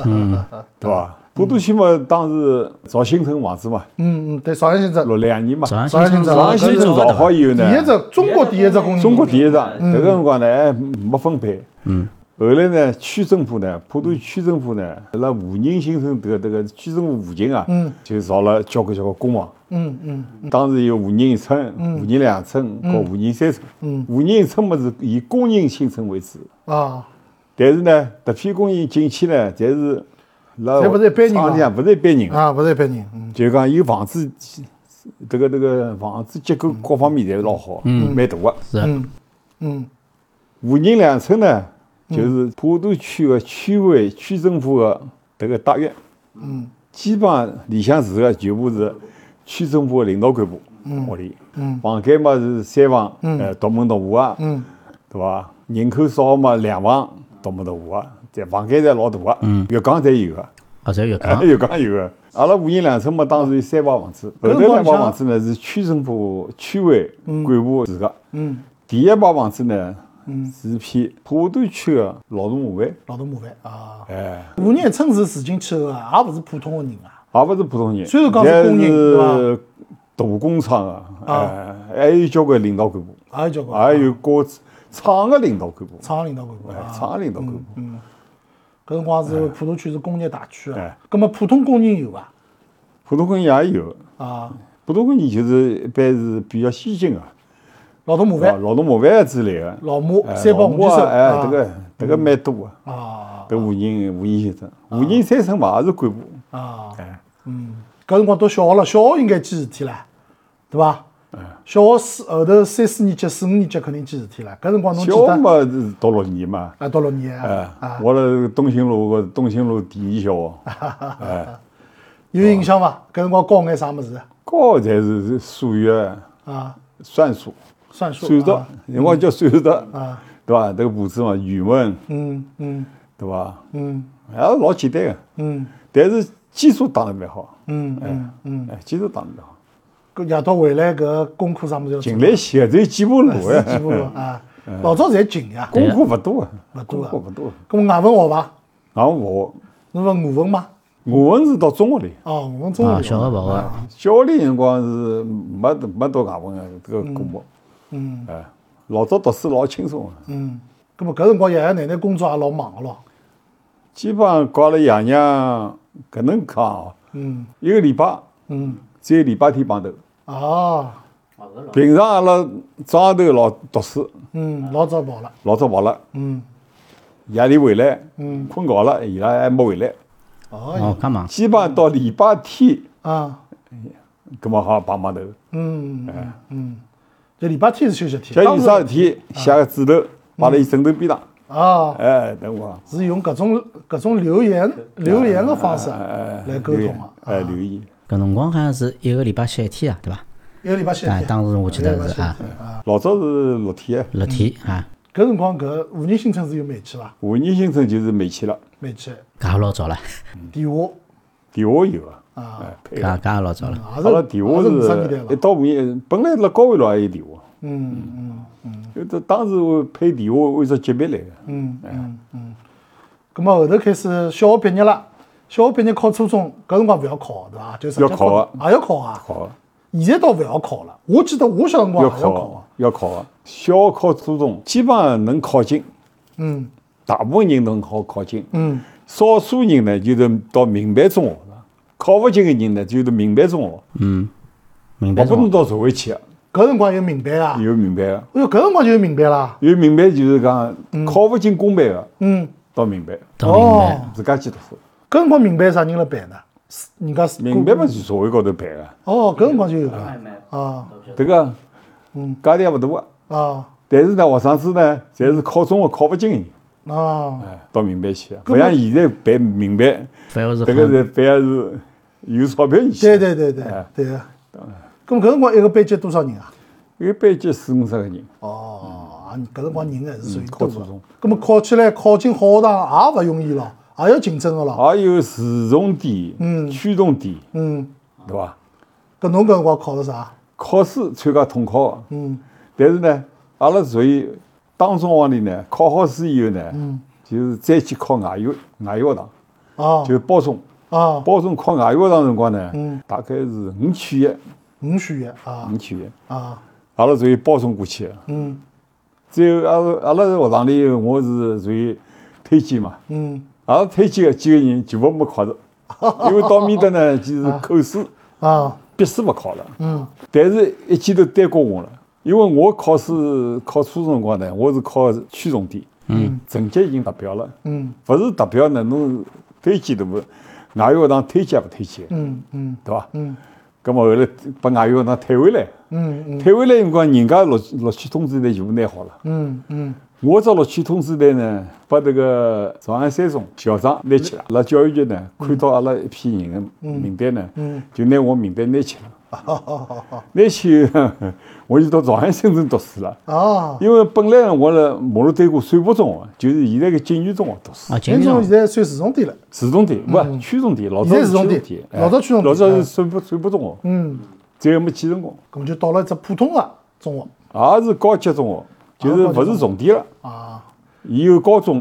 [SPEAKER 4] 嗯对伐？普陀区嘛，当时造新城房子嘛，
[SPEAKER 2] 嗯嗯，对，上海新镇，
[SPEAKER 4] 六两年嘛，
[SPEAKER 1] 上海
[SPEAKER 2] 上海
[SPEAKER 1] 新
[SPEAKER 2] 新
[SPEAKER 1] 城
[SPEAKER 2] 上
[SPEAKER 4] 上海
[SPEAKER 2] 海
[SPEAKER 1] 是
[SPEAKER 4] 新
[SPEAKER 1] 最
[SPEAKER 4] 城
[SPEAKER 1] 早
[SPEAKER 4] 造
[SPEAKER 1] 的
[SPEAKER 4] 好以后
[SPEAKER 2] 第
[SPEAKER 4] 呢，
[SPEAKER 2] 一只中国第一只公
[SPEAKER 4] 中
[SPEAKER 2] 寓
[SPEAKER 4] 国，第一场，
[SPEAKER 2] 嗯
[SPEAKER 4] 迭个辰光呢还没分配。嗯。后来呢，区政府呢，普陀区政府呢，辣辣武宁新城迭个迭个区政府附近啊，就造了交关交关公房。
[SPEAKER 2] 嗯嗯
[SPEAKER 4] 当时有武宁一村、武宁两村和武宁三村。嗯。武宁一村么是以工人新村为主，
[SPEAKER 2] 啊，
[SPEAKER 4] 但是呢，迭批工人进去呢，侪是辣
[SPEAKER 2] 侪勿是一般人
[SPEAKER 4] 厂里
[SPEAKER 2] 啊
[SPEAKER 4] 向勿是一般人啊，
[SPEAKER 2] 啊，勿是一般人，嗯
[SPEAKER 4] 就是讲有房子，迭个迭个房子结构各方面侪老好，蛮大个。啊
[SPEAKER 1] 是，
[SPEAKER 2] 嗯嗯
[SPEAKER 4] 武宁两村呢，就是普陀区的区委、区政府的这个大院，
[SPEAKER 2] 嗯，
[SPEAKER 4] 基本上里向住的全部是区政府的领导干部屋里，
[SPEAKER 2] 嗯
[SPEAKER 4] 房间嘛是三房，呃，独门独户啊，
[SPEAKER 2] 嗯
[SPEAKER 4] 对伐？人口少嘛两房，独门独户啊，这房间侪老大个，浴缸侪有个，，
[SPEAKER 1] 啊，在越港
[SPEAKER 4] 浴 缸有个。阿拉武宁两村嘛，当时有三房房子，后
[SPEAKER 2] 搿辰
[SPEAKER 4] 头
[SPEAKER 2] 光
[SPEAKER 4] 两
[SPEAKER 2] 你
[SPEAKER 4] 房
[SPEAKER 2] 想
[SPEAKER 4] 房子呢是区政府、区委干部住个。
[SPEAKER 2] 嗯，
[SPEAKER 4] 第一排房子呢，是批普陀区的劳动模范，
[SPEAKER 2] 老头麻烦啊。
[SPEAKER 4] 哎，
[SPEAKER 2] 五年村是住进去个，也勿是普通个人啊。
[SPEAKER 4] 也勿是普通人，
[SPEAKER 2] 虽然讲是工人对
[SPEAKER 4] 是
[SPEAKER 2] 吧啊
[SPEAKER 4] 大工厂的，哎，还有交关领导干部，
[SPEAKER 2] 也有交关，
[SPEAKER 4] 还有高厂的领导干部，
[SPEAKER 2] 哦
[SPEAKER 4] 哎
[SPEAKER 2] 厂领导干部啊，
[SPEAKER 4] 厂的领导干部，
[SPEAKER 2] 搿辰光是普陀区是工业大区啊
[SPEAKER 4] 哎，
[SPEAKER 2] 葛末普通工人有伐？
[SPEAKER 4] 普通工人也有，
[SPEAKER 2] 啊，
[SPEAKER 4] 普通工人就是一般是比较先进的，
[SPEAKER 2] 老头麻
[SPEAKER 4] 是吧
[SPEAKER 2] 烦，
[SPEAKER 4] 劳动模范之类的，
[SPEAKER 2] 老母
[SPEAKER 4] 啊哎
[SPEAKER 2] 三包
[SPEAKER 4] 劳
[SPEAKER 2] 五
[SPEAKER 4] 模
[SPEAKER 2] 级
[SPEAKER 4] 啊
[SPEAKER 2] 生，
[SPEAKER 4] 哎，
[SPEAKER 2] 啊
[SPEAKER 4] 迭个迭个蛮多的，
[SPEAKER 2] 啊
[SPEAKER 4] 迭武宁武宁县城，武宁三村嘛也是干部，
[SPEAKER 2] 啊，
[SPEAKER 4] 哎，
[SPEAKER 2] 搿辰光读小学了，小学应该记事体唻，对伐？小学四后头三四年级、四五年级肯定记事体了。搿辰光侬记
[SPEAKER 4] 小学
[SPEAKER 2] 得
[SPEAKER 4] 嘛是读六年嘛。
[SPEAKER 2] 啊？到六年啊，啊
[SPEAKER 4] 哎，我辣东兴路个东兴路第啊二小学，
[SPEAKER 2] 有印象伐？搿辰光教眼啥物事
[SPEAKER 4] 高才是数学、
[SPEAKER 2] 啊？
[SPEAKER 4] 算术、
[SPEAKER 2] 算术、
[SPEAKER 4] 算术
[SPEAKER 2] 啊，
[SPEAKER 4] 辰光叫算术，
[SPEAKER 2] 啊
[SPEAKER 4] 对伐？迭个步子嘛，语文，
[SPEAKER 2] 嗯嗯
[SPEAKER 4] 对伐？
[SPEAKER 2] 嗯
[SPEAKER 4] 也老简单个，
[SPEAKER 2] 嗯
[SPEAKER 4] 但是基础打得蛮好，
[SPEAKER 2] 嗯嗯嗯。
[SPEAKER 4] 哎，基础打得蛮好，
[SPEAKER 2] 搿夜到回来搿功课啥物事要做
[SPEAKER 4] 近来写只有几步路
[SPEAKER 2] 是几
[SPEAKER 4] 哎，
[SPEAKER 2] 步路啊？老早侪近呀，
[SPEAKER 4] 功课勿多
[SPEAKER 2] 勿
[SPEAKER 4] 个，
[SPEAKER 2] 多
[SPEAKER 4] 功
[SPEAKER 2] 啊
[SPEAKER 4] 课勿多，
[SPEAKER 2] 搿么外文学伐？
[SPEAKER 4] 俺勿学，
[SPEAKER 2] 侬勿语文吗？
[SPEAKER 4] 我文是到中学里，
[SPEAKER 2] 哦，我们中
[SPEAKER 1] 啊，
[SPEAKER 2] 文
[SPEAKER 1] 小学勿学，
[SPEAKER 4] 小学里辰光是没没读外文个迭个科目，嗯，哎，老早读书老轻松个。啊
[SPEAKER 2] 嗯，葛么搿辰光爷爷奶奶工作也老忙个咯。
[SPEAKER 4] 基本上搞了爷娘搿能讲哦，
[SPEAKER 2] 嗯
[SPEAKER 4] 一个礼拜
[SPEAKER 2] 嗯，
[SPEAKER 4] 只有礼拜天碰头。
[SPEAKER 2] 啊，
[SPEAKER 4] 平常阿拉早上头老读书，
[SPEAKER 2] 嗯，老早跑了。
[SPEAKER 4] 老早跑了，
[SPEAKER 2] 嗯，
[SPEAKER 4] 夜里回来，嗯，困觉了，伊拉还没回来。
[SPEAKER 2] 哦
[SPEAKER 1] 哦，干嘛？
[SPEAKER 4] 基本上到礼拜天，
[SPEAKER 2] 啊，
[SPEAKER 4] 搿么好碰碰头。
[SPEAKER 2] 嗯嗯嗯，就礼拜天是休息天。
[SPEAKER 4] 像
[SPEAKER 2] 当
[SPEAKER 4] 有
[SPEAKER 2] 时
[SPEAKER 4] 啥事体，写个纸头摆辣伊枕头边上，
[SPEAKER 2] 啊，
[SPEAKER 4] 哎，等我。
[SPEAKER 2] 是用搿种搿种留言留言的方式
[SPEAKER 4] 哎，
[SPEAKER 2] 来沟通啊。
[SPEAKER 4] 哎，留意。
[SPEAKER 1] 搿辰光好像是一个礼拜歇一天啊，对伐？
[SPEAKER 2] 一个礼拜歇一
[SPEAKER 1] 哎，
[SPEAKER 2] 天，嗯
[SPEAKER 1] 当时我记得是啊，
[SPEAKER 4] 老早是六天哎，
[SPEAKER 1] 六天啊，
[SPEAKER 2] 搿辰光搿五人新城是有煤气伐？
[SPEAKER 4] 五年新城就是煤气了，
[SPEAKER 2] 煤气，
[SPEAKER 1] 搿也老早了，
[SPEAKER 2] 电话
[SPEAKER 4] 电话有啊。
[SPEAKER 2] 啊
[SPEAKER 4] 哎，配合。
[SPEAKER 1] 搿搿也老早了。
[SPEAKER 2] 也
[SPEAKER 4] 阿拉
[SPEAKER 2] 是
[SPEAKER 4] 电
[SPEAKER 2] 也
[SPEAKER 4] 话
[SPEAKER 2] 是五十年代
[SPEAKER 4] 是一
[SPEAKER 2] 了。
[SPEAKER 4] 到五年，本来辣高位咯也有电话，
[SPEAKER 2] 嗯嗯
[SPEAKER 4] 有的当时我配电话按照级别来个。
[SPEAKER 2] 嗯嗯嗯。咁么后头开始小学毕业了，小学毕业考初中，搿辰光勿要考对伐？就直接
[SPEAKER 4] 要考啊
[SPEAKER 2] 也要考啊。
[SPEAKER 4] 好，
[SPEAKER 2] 现在倒勿要考了，我记得我小辰光也
[SPEAKER 4] 要
[SPEAKER 2] 考
[SPEAKER 4] 考
[SPEAKER 2] 啊。，
[SPEAKER 4] 要考啊。小学考初中，基本上能考进，
[SPEAKER 2] 嗯
[SPEAKER 4] 大部分人能考考进。
[SPEAKER 2] 嗯
[SPEAKER 4] 少数人呢，就是到民办中学了；考勿进个人呢，就是民办中学。
[SPEAKER 1] 嗯，明白
[SPEAKER 4] 勿拨侬
[SPEAKER 1] 了。
[SPEAKER 4] 到社会去啊，
[SPEAKER 2] 搿辰光有民办啊。
[SPEAKER 4] 有民办啊，
[SPEAKER 2] 哎哟，搿辰光就有民办啦。
[SPEAKER 4] 有民办就是讲考勿进公办个，
[SPEAKER 2] 嗯，
[SPEAKER 4] 到民办
[SPEAKER 1] 到明白。
[SPEAKER 4] 自家去读书。
[SPEAKER 2] 搿辰光民办啥人辣办呢？是人家是
[SPEAKER 4] 民办嘛是社会高头办个，
[SPEAKER 2] 哦，搿辰光就有了啊
[SPEAKER 4] 迭个，嗯，价钿也勿大啊。
[SPEAKER 2] 啊
[SPEAKER 4] 但是呢，学生子呢，侪是考中学考勿进个人，
[SPEAKER 2] 啊！
[SPEAKER 4] 哎，到民办去啊。勿像现在办民办，
[SPEAKER 1] 反而是
[SPEAKER 4] 迭个是反而是有钞票人去。
[SPEAKER 2] 对对对对
[SPEAKER 4] 哎
[SPEAKER 2] 对啊。咁搿辰光一个班级多少人啊？
[SPEAKER 4] 一班级四五十个人，
[SPEAKER 2] 哦，啊搿辰光人还是属于
[SPEAKER 4] 考
[SPEAKER 2] 多
[SPEAKER 4] 初
[SPEAKER 2] 的
[SPEAKER 4] 中。
[SPEAKER 2] 咁么考起来，考进好学堂也勿容易咯，也要竞争个咯。
[SPEAKER 4] 也有市重点、区重点，
[SPEAKER 2] 嗯，
[SPEAKER 4] 对伐？
[SPEAKER 2] 搿侬搿辰光考了啥？
[SPEAKER 4] 考试参加统考个，
[SPEAKER 2] 嗯，
[SPEAKER 4] 但是呢，阿拉属于当中学里呢，考好试以后呢，
[SPEAKER 2] 嗯
[SPEAKER 4] 就是再去考外语外语学堂，
[SPEAKER 2] 啊
[SPEAKER 4] 就是包中。
[SPEAKER 2] 啊，
[SPEAKER 4] 包中考外语学堂辰光
[SPEAKER 2] 嗯
[SPEAKER 4] 呢，大概是五去一，
[SPEAKER 2] 五选一啊
[SPEAKER 4] 五去一，
[SPEAKER 2] 啊，
[SPEAKER 4] 阿拉属于包中过去个。
[SPEAKER 2] 嗯
[SPEAKER 4] 最后阿拉阿拉学堂里，我是属于推荐嘛，
[SPEAKER 2] 嗯
[SPEAKER 4] 阿拉推荐个几个人全部没考着，因为到面搭呢， 就是口试。
[SPEAKER 2] 啊
[SPEAKER 4] 笔试勿考了，嗯，但是一记头耽搁我了，因为我考试考初中辰光呢，我是考区重点，嗯，成绩已经达标了，
[SPEAKER 2] 嗯
[SPEAKER 4] 勿是达标呢，侬推荐都勿，外语学堂推荐也勿推荐，
[SPEAKER 2] 嗯嗯
[SPEAKER 4] 对伐？
[SPEAKER 2] 嗯，
[SPEAKER 4] 咁么后来把外语学堂退回来，
[SPEAKER 2] 嗯嗯
[SPEAKER 4] 退回来辰光，人家录录取通知单全部拿好了，
[SPEAKER 2] 嗯嗯
[SPEAKER 4] 我这录取通知单呢，把这个长安三中校长拿去了，辣教育局呢看到阿拉一批人的名单呢，
[SPEAKER 2] 嗯
[SPEAKER 4] 就拿我名单拿去了。 拿去， 我就到长安新城读书了。
[SPEAKER 2] 啊，
[SPEAKER 4] 因为本来我辣马路对过水泊中学，就是现在个锦源中学读书，
[SPEAKER 1] 啊，
[SPEAKER 2] 民
[SPEAKER 1] 今
[SPEAKER 2] 众现
[SPEAKER 1] 朝
[SPEAKER 2] 在算市重点了。
[SPEAKER 4] 市重点不区重点，老
[SPEAKER 2] 嗯
[SPEAKER 4] 早
[SPEAKER 2] 现在
[SPEAKER 4] 是
[SPEAKER 2] 市重
[SPEAKER 4] 区
[SPEAKER 2] 点
[SPEAKER 4] 重点，
[SPEAKER 2] 老早区
[SPEAKER 4] 区
[SPEAKER 2] 重点
[SPEAKER 4] 老早
[SPEAKER 2] 嗯
[SPEAKER 4] 是水泊水泊中学，
[SPEAKER 2] 嗯，
[SPEAKER 4] 最后没去成功，
[SPEAKER 2] 咁就到了一只普通的中学
[SPEAKER 4] 也是高级中学，就是勿是重点了，
[SPEAKER 2] 啊。
[SPEAKER 4] 伊有高中，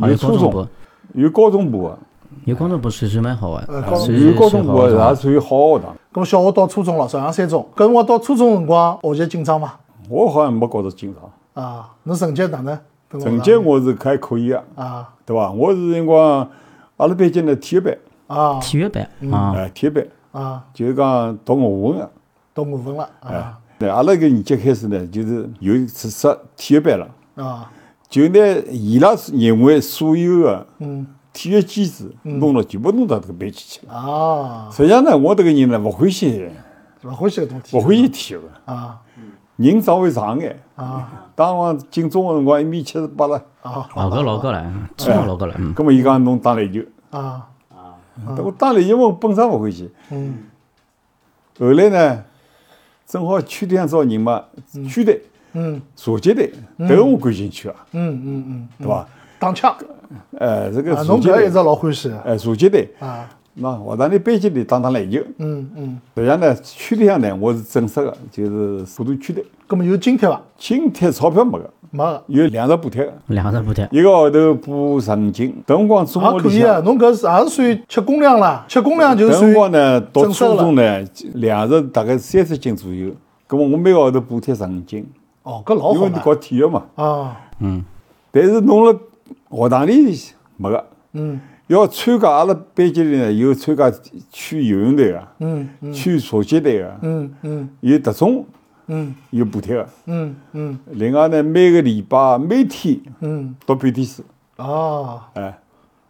[SPEAKER 1] 啊有高
[SPEAKER 4] 初
[SPEAKER 1] 中
[SPEAKER 4] 中
[SPEAKER 1] 部，
[SPEAKER 4] 有高中部的。
[SPEAKER 1] 有高中部算算蛮好啊个
[SPEAKER 2] 呃高，中
[SPEAKER 1] 算
[SPEAKER 4] 有
[SPEAKER 1] 算
[SPEAKER 4] 高中部
[SPEAKER 1] 算好
[SPEAKER 4] 也
[SPEAKER 1] 的
[SPEAKER 4] 属于好学堂，
[SPEAKER 2] 咁小学到初中了，朝阳三中。搿辰光到初中辰光，学习紧张嘛？
[SPEAKER 4] 我好像没觉着紧张，
[SPEAKER 2] 啊，侬成绩哪能？跟我
[SPEAKER 4] 成
[SPEAKER 2] 讲
[SPEAKER 4] 绩我是还可以啊，
[SPEAKER 2] 啊
[SPEAKER 4] 对伐？我是辰光阿拉班级呢体育班，
[SPEAKER 2] 啊
[SPEAKER 1] 体育班啊，
[SPEAKER 4] 哎，体育班
[SPEAKER 2] 啊，
[SPEAKER 4] 就是讲读俄文个，
[SPEAKER 2] 到我分了啊
[SPEAKER 4] 那阿拉搿年级开始呢，就是有自设体育班了，
[SPEAKER 2] 啊
[SPEAKER 4] 就拿伊拉认为所有个
[SPEAKER 2] 嗯
[SPEAKER 4] 体育机制弄了，全部弄到迭个班级去了。
[SPEAKER 2] 啊，
[SPEAKER 4] 实际上呢，我迭个人呢，勿欢喜，
[SPEAKER 2] 勿欢喜搿种
[SPEAKER 4] 勿
[SPEAKER 2] 体
[SPEAKER 4] 欢喜体育个，
[SPEAKER 2] 啊
[SPEAKER 4] 人稍微长眼。
[SPEAKER 2] 啊
[SPEAKER 4] 当往进中学辰光一米七十八了，
[SPEAKER 2] 啊
[SPEAKER 1] 老高老高了，初中老高了，嗯，
[SPEAKER 4] 葛末伊讲侬打篮球，
[SPEAKER 2] 啊
[SPEAKER 4] 但我打篮球我本身勿欢喜。
[SPEAKER 2] 嗯
[SPEAKER 4] 后来呢，正好区里向招人嘛，区队、
[SPEAKER 2] 嗯
[SPEAKER 4] 社级队，迭个我感兴趣啊，
[SPEAKER 2] 嗯嗯嗯，
[SPEAKER 4] 对伐？
[SPEAKER 2] 打枪
[SPEAKER 4] 呃，这个
[SPEAKER 2] 啊，
[SPEAKER 4] 社
[SPEAKER 2] 侬
[SPEAKER 4] 级
[SPEAKER 2] 搿一
[SPEAKER 4] 队
[SPEAKER 2] 直，老欢喜
[SPEAKER 4] 哎，社级队，
[SPEAKER 2] 啊，
[SPEAKER 4] 那学堂里班级里打打篮球。
[SPEAKER 2] 嗯嗯，
[SPEAKER 4] 实际上呢，区里向呢，我是正式的，就是普通区队。
[SPEAKER 2] 咁么有津贴伐？
[SPEAKER 4] 津贴钞票没个，
[SPEAKER 2] 没个
[SPEAKER 4] 有粮食补贴的，
[SPEAKER 1] 两只补贴，
[SPEAKER 4] 一个号头补十五斤。等辰光中
[SPEAKER 2] 也
[SPEAKER 4] 学
[SPEAKER 2] 可
[SPEAKER 4] 里
[SPEAKER 2] 以啊，
[SPEAKER 4] 向，
[SPEAKER 2] 侬搿是也是算吃公粮啦，吃公粮就
[SPEAKER 4] 等
[SPEAKER 2] 算
[SPEAKER 4] 辰光呢，读
[SPEAKER 2] 正式
[SPEAKER 4] 初
[SPEAKER 2] 了
[SPEAKER 4] 中呢，粮食大概三十斤左右。咁么我每个号头补贴十五斤，
[SPEAKER 2] 哦，搿老
[SPEAKER 4] 因
[SPEAKER 2] 好
[SPEAKER 4] 为你
[SPEAKER 2] 嘛
[SPEAKER 4] 搞体育嘛。
[SPEAKER 2] 啊，
[SPEAKER 4] 但是侬辣学堂里没个，
[SPEAKER 2] 嗯
[SPEAKER 4] 要参加阿拉班级里呢，有参加区游泳队个，
[SPEAKER 2] 嗯
[SPEAKER 4] 区射击队个，
[SPEAKER 2] 嗯嗯
[SPEAKER 4] 有特种
[SPEAKER 2] 嗯
[SPEAKER 4] 有补贴个。
[SPEAKER 2] 嗯嗯
[SPEAKER 4] 另外呢，每个礼拜每天
[SPEAKER 2] 嗯
[SPEAKER 4] 读半天书，
[SPEAKER 2] 啊
[SPEAKER 4] 哎，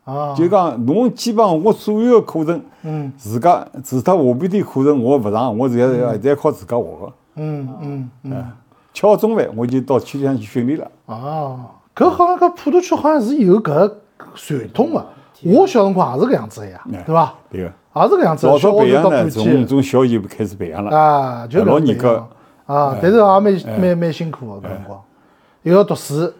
[SPEAKER 2] 啊，
[SPEAKER 4] 就讲侬基本上我所有的课程，
[SPEAKER 2] 嗯
[SPEAKER 4] 自家除脱下半天课程我勿上，我现在现在靠自家学个。啊
[SPEAKER 2] 嗯嗯嗯
[SPEAKER 4] 吃好中饭我就到区里向去训练了。
[SPEAKER 2] 啊，搿好像搿普陀区好像是有搿传统个。我小辰光也是搿样子个呀，对伐？
[SPEAKER 4] 对个。
[SPEAKER 2] 也是搿样子，
[SPEAKER 4] 哎老
[SPEAKER 2] 小
[SPEAKER 4] 早
[SPEAKER 2] 学
[SPEAKER 4] 培
[SPEAKER 2] 就
[SPEAKER 4] 养
[SPEAKER 2] 到
[SPEAKER 4] 呢，
[SPEAKER 2] 半
[SPEAKER 4] 从
[SPEAKER 2] 天
[SPEAKER 4] 从小就开始培养了。
[SPEAKER 2] 啊，就搿
[SPEAKER 4] 老
[SPEAKER 2] 能
[SPEAKER 4] 严
[SPEAKER 2] 样
[SPEAKER 4] 格哎
[SPEAKER 2] 啊，但是也蛮蛮蛮辛苦个搿辰光，又要读书，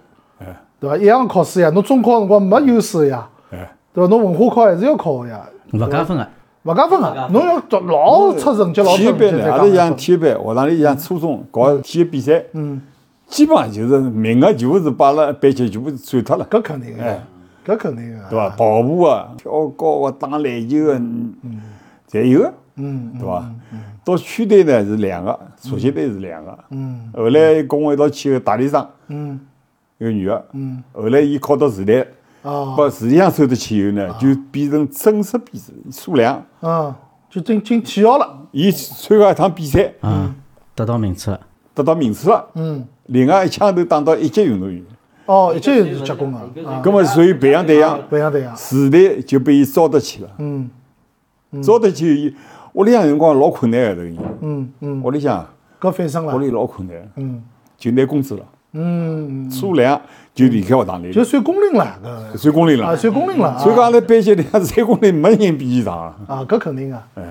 [SPEAKER 2] 对伐？一样考试呀，侬中考的辰光没优势呀，
[SPEAKER 4] 哎，
[SPEAKER 2] 对伐？侬文化考还是要考个呀，
[SPEAKER 1] 勿加分个，
[SPEAKER 2] 勿加分个，侬要读老出成绩，老出
[SPEAKER 4] 体育
[SPEAKER 2] 成绩
[SPEAKER 4] 班呢，
[SPEAKER 2] 才
[SPEAKER 4] 阿拉
[SPEAKER 2] 加
[SPEAKER 4] 像
[SPEAKER 2] 分。
[SPEAKER 4] 体育班，学堂里像初中搞体育比赛，嗯，基本上就是名额全部是把阿拉班级全部占脱了，
[SPEAKER 2] 搿肯定个，搿肯定个，
[SPEAKER 4] 哎对伐？跑步啊，跳高啊，打篮球啊，嗯，侪有啊，嗯，对伐？到区队呢是两个，足球队是两个，嗯，后来跟我一道去个大理生，
[SPEAKER 2] 嗯，
[SPEAKER 4] 一个女个，嗯，后来伊考到市立，
[SPEAKER 2] 啊，
[SPEAKER 4] 把市里向收得去以后呢，就变成正式比赛数量。
[SPEAKER 2] 嗯，就进进体校了，
[SPEAKER 4] 伊参加一趟比赛，
[SPEAKER 1] 嗯，得到名次了，
[SPEAKER 4] 得到名次了。嗯，另外一枪头打到一级运动员，
[SPEAKER 2] 哦，一届是结棍个，啊，
[SPEAKER 4] 葛末属于培养对象，
[SPEAKER 2] 不一样对呀，
[SPEAKER 4] 市里就被伊招得去了。嗯，招得去，伊屋里向有辰光老困难个头，
[SPEAKER 2] 嗯嗯，
[SPEAKER 4] 屋里向
[SPEAKER 2] 搿翻身
[SPEAKER 4] 屋
[SPEAKER 2] 了，
[SPEAKER 4] 里老困难，
[SPEAKER 2] 嗯
[SPEAKER 4] 就拿工资了，
[SPEAKER 2] 嗯，
[SPEAKER 4] 数量就离开学堂里
[SPEAKER 2] 就
[SPEAKER 4] 了，
[SPEAKER 2] 算工龄了，搿
[SPEAKER 4] 算工龄
[SPEAKER 2] 啊，
[SPEAKER 4] 了。
[SPEAKER 2] 算工龄了啊，
[SPEAKER 4] 所以讲，阿拉班级里向三工龄没人比伊长。
[SPEAKER 2] 啊，搿肯定啊，搿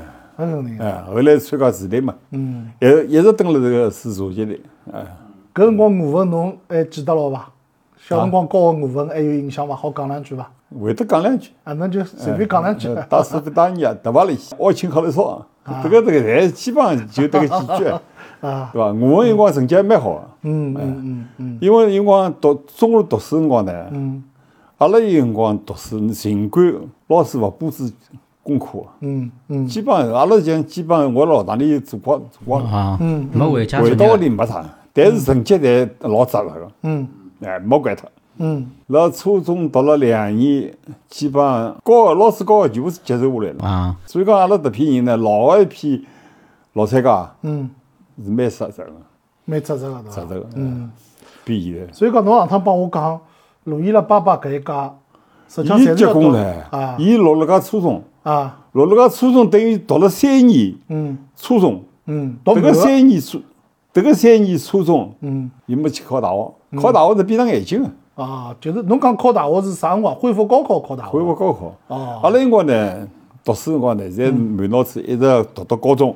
[SPEAKER 2] 肯定啊，
[SPEAKER 4] 哎，后来参加市队嘛，嗯，一直一直蹲辣这个市足协队，哎。
[SPEAKER 2] 搿辰光语文侬还记得牢伐？小辰光教个语文还有印象伐？好讲两句伐？
[SPEAKER 4] 会得讲两句，
[SPEAKER 2] 啊，侬就随便讲两句，
[SPEAKER 4] 呃打斯科达尼亚、德瓦里西、奥钦克勒索，啊这个这个侪基本上就这个几句，
[SPEAKER 2] 啊，
[SPEAKER 4] 对伐？我们有辰光成绩还蛮好个，
[SPEAKER 2] 嗯嗯嗯
[SPEAKER 4] 因为有辰光读中学读书辰光呢，阿拉有辰光读书，尽管老师勿布置功课，啊
[SPEAKER 2] 嗯嗯
[SPEAKER 4] 基本上阿拉讲基本上我辣学堂里做光做光了，
[SPEAKER 1] 啊，没回家作啊
[SPEAKER 4] 嗯回
[SPEAKER 1] 业
[SPEAKER 4] 到屋
[SPEAKER 1] 了，
[SPEAKER 4] 里没啥，但是成绩侪老扎实个，
[SPEAKER 2] 嗯
[SPEAKER 4] 哎，没怪脱。
[SPEAKER 2] 嗯
[SPEAKER 4] 辣初中读了两年，基本上教的老师教的全部是接受下来了。
[SPEAKER 1] 啊，
[SPEAKER 4] 所以讲，阿拉迭批人呢，老个一批老参加
[SPEAKER 2] 嗯，
[SPEAKER 4] 是蛮实诚个，
[SPEAKER 2] 蛮扎实个对
[SPEAKER 4] 实
[SPEAKER 2] 伐？
[SPEAKER 4] 诚个，嗯，比现在
[SPEAKER 2] 所以讲侬上趟帮我讲，路易拉爸爸搿一家，实际上
[SPEAKER 4] 伊
[SPEAKER 2] 侪是
[SPEAKER 4] 结
[SPEAKER 2] 要
[SPEAKER 4] 棍
[SPEAKER 2] 读
[SPEAKER 4] 了
[SPEAKER 2] 啊，
[SPEAKER 4] 伊落了个初中，
[SPEAKER 2] 啊，
[SPEAKER 4] 落了个初中等于读了三年
[SPEAKER 2] 嗯
[SPEAKER 4] 初中，
[SPEAKER 2] 嗯，读
[SPEAKER 4] 迭个
[SPEAKER 2] 文个，
[SPEAKER 4] 三年初，迭个三年初中，
[SPEAKER 2] 嗯
[SPEAKER 4] 伊没去考大学，考大学是闭上眼睛个，
[SPEAKER 2] 啊，就是侬讲考大学是啥辰光？恢复高考考大
[SPEAKER 4] 恢
[SPEAKER 2] 学
[SPEAKER 4] 复高考。
[SPEAKER 2] 哦嗯
[SPEAKER 4] 阿拉辰光呢，读书辰光呢，侪满脑子一直读到高中，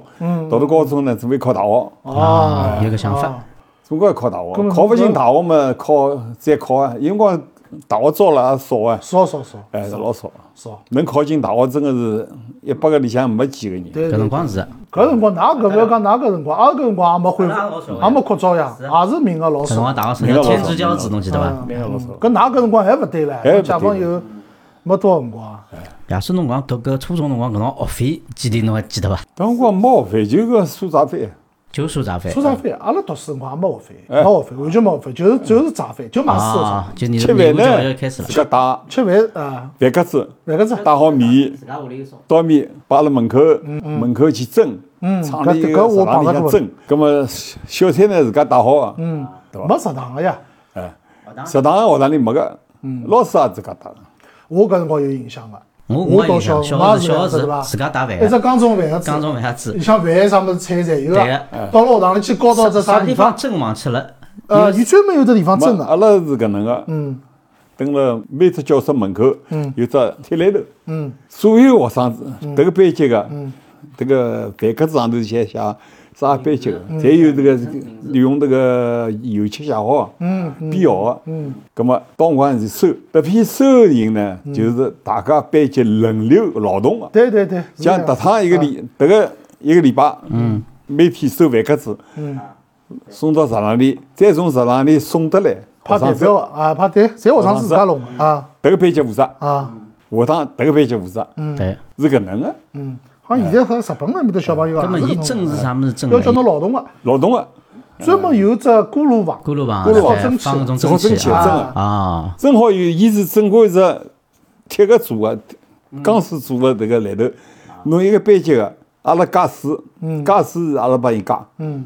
[SPEAKER 4] 读到高中呢，准备考大学。
[SPEAKER 2] 啊，
[SPEAKER 1] 有个想法
[SPEAKER 4] 哦
[SPEAKER 2] 啊，
[SPEAKER 4] 总归要考大学，
[SPEAKER 2] 么
[SPEAKER 4] 考不进大学嘛，考再考啊。有辰光大学招了也少啊，
[SPEAKER 2] 少少少
[SPEAKER 4] 哎，老少。
[SPEAKER 2] 少，
[SPEAKER 4] 能考进大学真个是一百个里向没几个人。
[SPEAKER 2] 对
[SPEAKER 1] 搿
[SPEAKER 2] 对
[SPEAKER 1] 辰光是，
[SPEAKER 2] 搿辰光，㑚搿勿要讲㑚搿辰光，阿拉搿辰光也没恢
[SPEAKER 1] 阿拉也老少
[SPEAKER 2] 复，
[SPEAKER 1] 呀
[SPEAKER 2] 也没扩招呀，也是名额老
[SPEAKER 1] 啊搿辰光
[SPEAKER 2] 少。
[SPEAKER 1] 大学
[SPEAKER 4] 名
[SPEAKER 1] 生
[SPEAKER 4] 额
[SPEAKER 1] 要
[SPEAKER 4] 老少
[SPEAKER 1] 天之骄子，侬记得伐？
[SPEAKER 4] 名额老少。
[SPEAKER 2] 搿㑚搿辰光还勿对唻，
[SPEAKER 4] 还勿对
[SPEAKER 2] 解放以后没多少辰光啊，
[SPEAKER 1] 亚叔侬讲读搿初中辰光搿种学费几钿侬还记得伐？
[SPEAKER 4] 当光没学费，就个书杂费，
[SPEAKER 1] 就数杂费
[SPEAKER 2] 出啥费？阿拉读书辰光也没学费，
[SPEAKER 4] 哎
[SPEAKER 2] 没学费，完全没学费，就是就是杂费，就买书的杂
[SPEAKER 1] 啊
[SPEAKER 2] 费，
[SPEAKER 1] 就你
[SPEAKER 4] 吃
[SPEAKER 1] 的义
[SPEAKER 4] 饭
[SPEAKER 1] 务教育
[SPEAKER 4] 呢
[SPEAKER 1] 开始了
[SPEAKER 4] 自，家带
[SPEAKER 2] 吃饭啊，
[SPEAKER 4] 饭格子，
[SPEAKER 2] 饭个子
[SPEAKER 4] 带好米，
[SPEAKER 1] 自家屋里送。
[SPEAKER 4] 到面摆辣门口，
[SPEAKER 1] 嗯
[SPEAKER 4] 门口去蒸，厂里
[SPEAKER 2] 搿搿我
[SPEAKER 4] 食堂
[SPEAKER 2] 碰
[SPEAKER 4] 里
[SPEAKER 2] 到
[SPEAKER 4] 向
[SPEAKER 2] 过
[SPEAKER 4] 蒸。葛么小菜呢自家带好啊，
[SPEAKER 1] 嗯
[SPEAKER 2] 没食堂个呀。
[SPEAKER 4] 食堂学堂里没个，
[SPEAKER 1] 嗯
[SPEAKER 4] 老师也自家带。
[SPEAKER 2] 我搿辰光有印象个，
[SPEAKER 1] 我
[SPEAKER 2] 我
[SPEAKER 1] 我
[SPEAKER 2] 到
[SPEAKER 1] 有
[SPEAKER 2] 小
[SPEAKER 1] 小
[SPEAKER 2] 我
[SPEAKER 1] 学是
[SPEAKER 2] 也是搿
[SPEAKER 1] 小学
[SPEAKER 2] 样子对伐
[SPEAKER 1] 是自家带
[SPEAKER 2] 一
[SPEAKER 1] 饭
[SPEAKER 2] 只
[SPEAKER 1] 的，
[SPEAKER 2] 缸中饭个
[SPEAKER 1] 江
[SPEAKER 2] 子，
[SPEAKER 1] 中饭下子
[SPEAKER 2] 里，向饭啥物事菜侪有
[SPEAKER 1] 对啊
[SPEAKER 2] 个
[SPEAKER 1] 个，
[SPEAKER 2] 到了学堂里去教到只啥地
[SPEAKER 1] 方啊
[SPEAKER 2] 方，
[SPEAKER 1] 真忘记了，
[SPEAKER 2] 呃，伊专门有只地方蒸
[SPEAKER 4] 没，
[SPEAKER 2] 个，
[SPEAKER 4] 阿拉是搿能个，啊嗯，蹲辣每只教室门口，嗯，有只铁栏头，嗯，所有学生子迭个班级个，嗯，迭个饭格子上头写写啥班级个，侪有迭个利用迭个油漆写好，嗯，编号个，嗯，葛末到辰光就收，迭批收个人呢，就是大家班级轮流劳动个，
[SPEAKER 2] 对对对，是
[SPEAKER 4] 像
[SPEAKER 2] 这
[SPEAKER 4] 迭
[SPEAKER 2] 样
[SPEAKER 4] 趟一个礼，迭个一个礼拜，嗯，每天收饭格子，嗯。送到食堂里，再从食堂里送得来，
[SPEAKER 2] 派
[SPEAKER 4] 学生
[SPEAKER 2] 代
[SPEAKER 4] 子
[SPEAKER 2] 表个啊，派对，侪学生子自家弄
[SPEAKER 1] 嗯
[SPEAKER 2] 个啊
[SPEAKER 4] 迭个班级负责，
[SPEAKER 2] 啊。
[SPEAKER 4] 下趟迭个班级负责，
[SPEAKER 1] 对。
[SPEAKER 4] 是搿能个
[SPEAKER 2] 嗯，好像现在和日本那面的小朋友啊，
[SPEAKER 1] 那么
[SPEAKER 2] 也
[SPEAKER 1] 伊
[SPEAKER 2] 是搿种
[SPEAKER 1] 蒸是啥物事蒸
[SPEAKER 2] 要叫
[SPEAKER 1] 呢？
[SPEAKER 2] 侬劳动个，
[SPEAKER 4] 劳动个，
[SPEAKER 2] 专门有只锅炉房，
[SPEAKER 1] 锅炉房
[SPEAKER 2] 锅炉
[SPEAKER 1] 啊
[SPEAKER 2] 房蒸汽
[SPEAKER 1] 放搿种
[SPEAKER 4] 好蒸
[SPEAKER 1] 蒸
[SPEAKER 4] 汽
[SPEAKER 1] 汽
[SPEAKER 4] 蒸
[SPEAKER 1] 啊
[SPEAKER 4] 个，
[SPEAKER 1] 啊，
[SPEAKER 4] 正好有伊是正规是铁个做个，
[SPEAKER 2] 嗯
[SPEAKER 4] 钢丝做个迭个来头，侬一个班级个，阿拉加水，加水是阿拉帮伊加，
[SPEAKER 2] 嗯，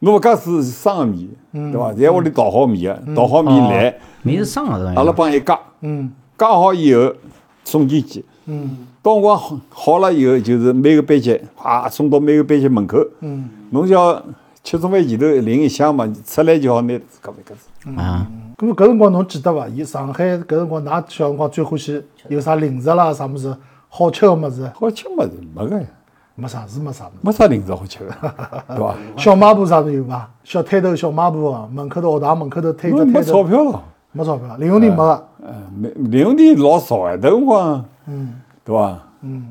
[SPEAKER 4] 侬勿加水是生个米，对伐？侪屋里捣好米个，捣好米来，
[SPEAKER 1] 米是生个，
[SPEAKER 4] 阿拉帮伊加，
[SPEAKER 2] 嗯，
[SPEAKER 4] 加好以后送进去，嗯，到辰光好好了以后，就是每个班级啊送到每个班级门口，嗯，侬就要吃中饭前头领一箱嘛，出来就好拿自家饭格子，
[SPEAKER 1] 啊，
[SPEAKER 2] 咁么搿辰光侬记得伐？伊上海搿辰光，㑚小辰光最欢喜有啥零食啦，啥物事好吃个物事，
[SPEAKER 4] 好吃么子没个呀，
[SPEAKER 2] 没啥是没啥物事。
[SPEAKER 4] 没啥零食好吃个，对伐？
[SPEAKER 2] 小卖部啥都有伐？小摊头、小卖部啊，门口头学堂门口头推
[SPEAKER 4] 因
[SPEAKER 2] 着
[SPEAKER 4] 为没
[SPEAKER 2] 摊
[SPEAKER 4] 钞
[SPEAKER 2] 头，
[SPEAKER 4] 票了，
[SPEAKER 2] 没钞票，零用钿没个。
[SPEAKER 4] 嗯，没零用钿老少哎，迭辰光，嗯，对伐？嗯，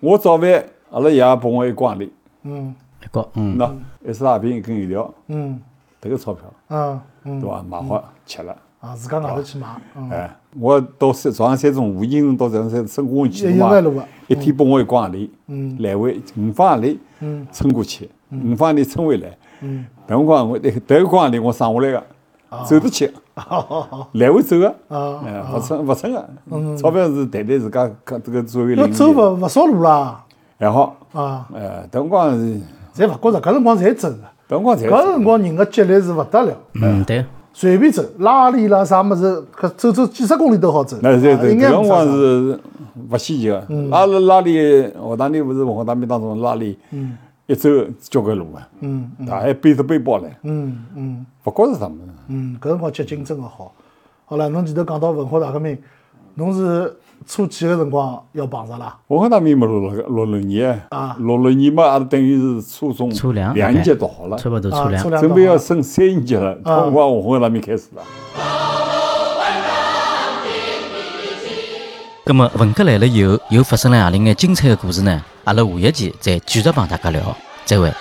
[SPEAKER 4] 我早饭阿拉爷拨我一罐钿，
[SPEAKER 2] 嗯
[SPEAKER 1] 一个嗯，
[SPEAKER 4] 喏，一支大饼一根油条，
[SPEAKER 2] 嗯
[SPEAKER 4] 迭个钞票，
[SPEAKER 2] 嗯嗯，
[SPEAKER 4] 对伐？买好吃了。
[SPEAKER 2] 啊，自家外头去买，嗯，
[SPEAKER 4] 哎，我到三早上三中，无形中到早上三乘过去
[SPEAKER 2] 一一万路啊嗯
[SPEAKER 4] 一天拨我一罐钿，来回五方钿，称过去，五方钿称回来，
[SPEAKER 2] 嗯
[SPEAKER 4] 迭辰光我迭迭一罐钿我省下来个，
[SPEAKER 2] 啊
[SPEAKER 4] 走得 去，来回走个，哎，勿称勿称个，钞票是谈谈自家搿这个作为
[SPEAKER 2] 嗯要
[SPEAKER 4] 零
[SPEAKER 2] 走
[SPEAKER 4] 用，
[SPEAKER 2] 勿勿少路啦，
[SPEAKER 4] 还好，
[SPEAKER 2] 啊，
[SPEAKER 4] 哎，迭辰光是，
[SPEAKER 2] 侪勿觉着，搿辰光侪走个，
[SPEAKER 4] 迭辰光才
[SPEAKER 2] 搿辰光人个激烈是勿得了，
[SPEAKER 1] 嗯对，
[SPEAKER 2] 随便走，拉力啦啥物事，搿走走几十公里都好走，
[SPEAKER 4] 那
[SPEAKER 2] 啊
[SPEAKER 4] 对对，
[SPEAKER 2] 应
[SPEAKER 4] 搿
[SPEAKER 2] 该
[SPEAKER 4] 辰
[SPEAKER 2] 没啥嗯
[SPEAKER 4] 光
[SPEAKER 2] 啥
[SPEAKER 4] 是勿稀奇个。啊阿拉拉力学堂里勿是文化大兵当中拉力，
[SPEAKER 2] 嗯
[SPEAKER 4] 一周交关路啊，大还背着背包唻，
[SPEAKER 2] 嗯嗯
[SPEAKER 4] 勿觉着啥物事。
[SPEAKER 2] 嗯，搿辰光激进真个好。好了，侬前头讲到文化大革命，侬是初期个辰光要碰着啦，
[SPEAKER 4] 文化大兵没六六六六年
[SPEAKER 2] 啊
[SPEAKER 4] 六六年嘛，阿拉等于是初中
[SPEAKER 1] 初两
[SPEAKER 4] 两年级读好了，
[SPEAKER 1] 差不多
[SPEAKER 2] 啊
[SPEAKER 1] 粗，粮
[SPEAKER 2] 车，辆
[SPEAKER 4] 准备要升三年级了，
[SPEAKER 2] 啊
[SPEAKER 4] 辰光文化大兵开始了。啊
[SPEAKER 1] 那么文革来了以后，又发生了何里眼精彩的故事呢？阿拉下一期再继续帮大家聊，再会。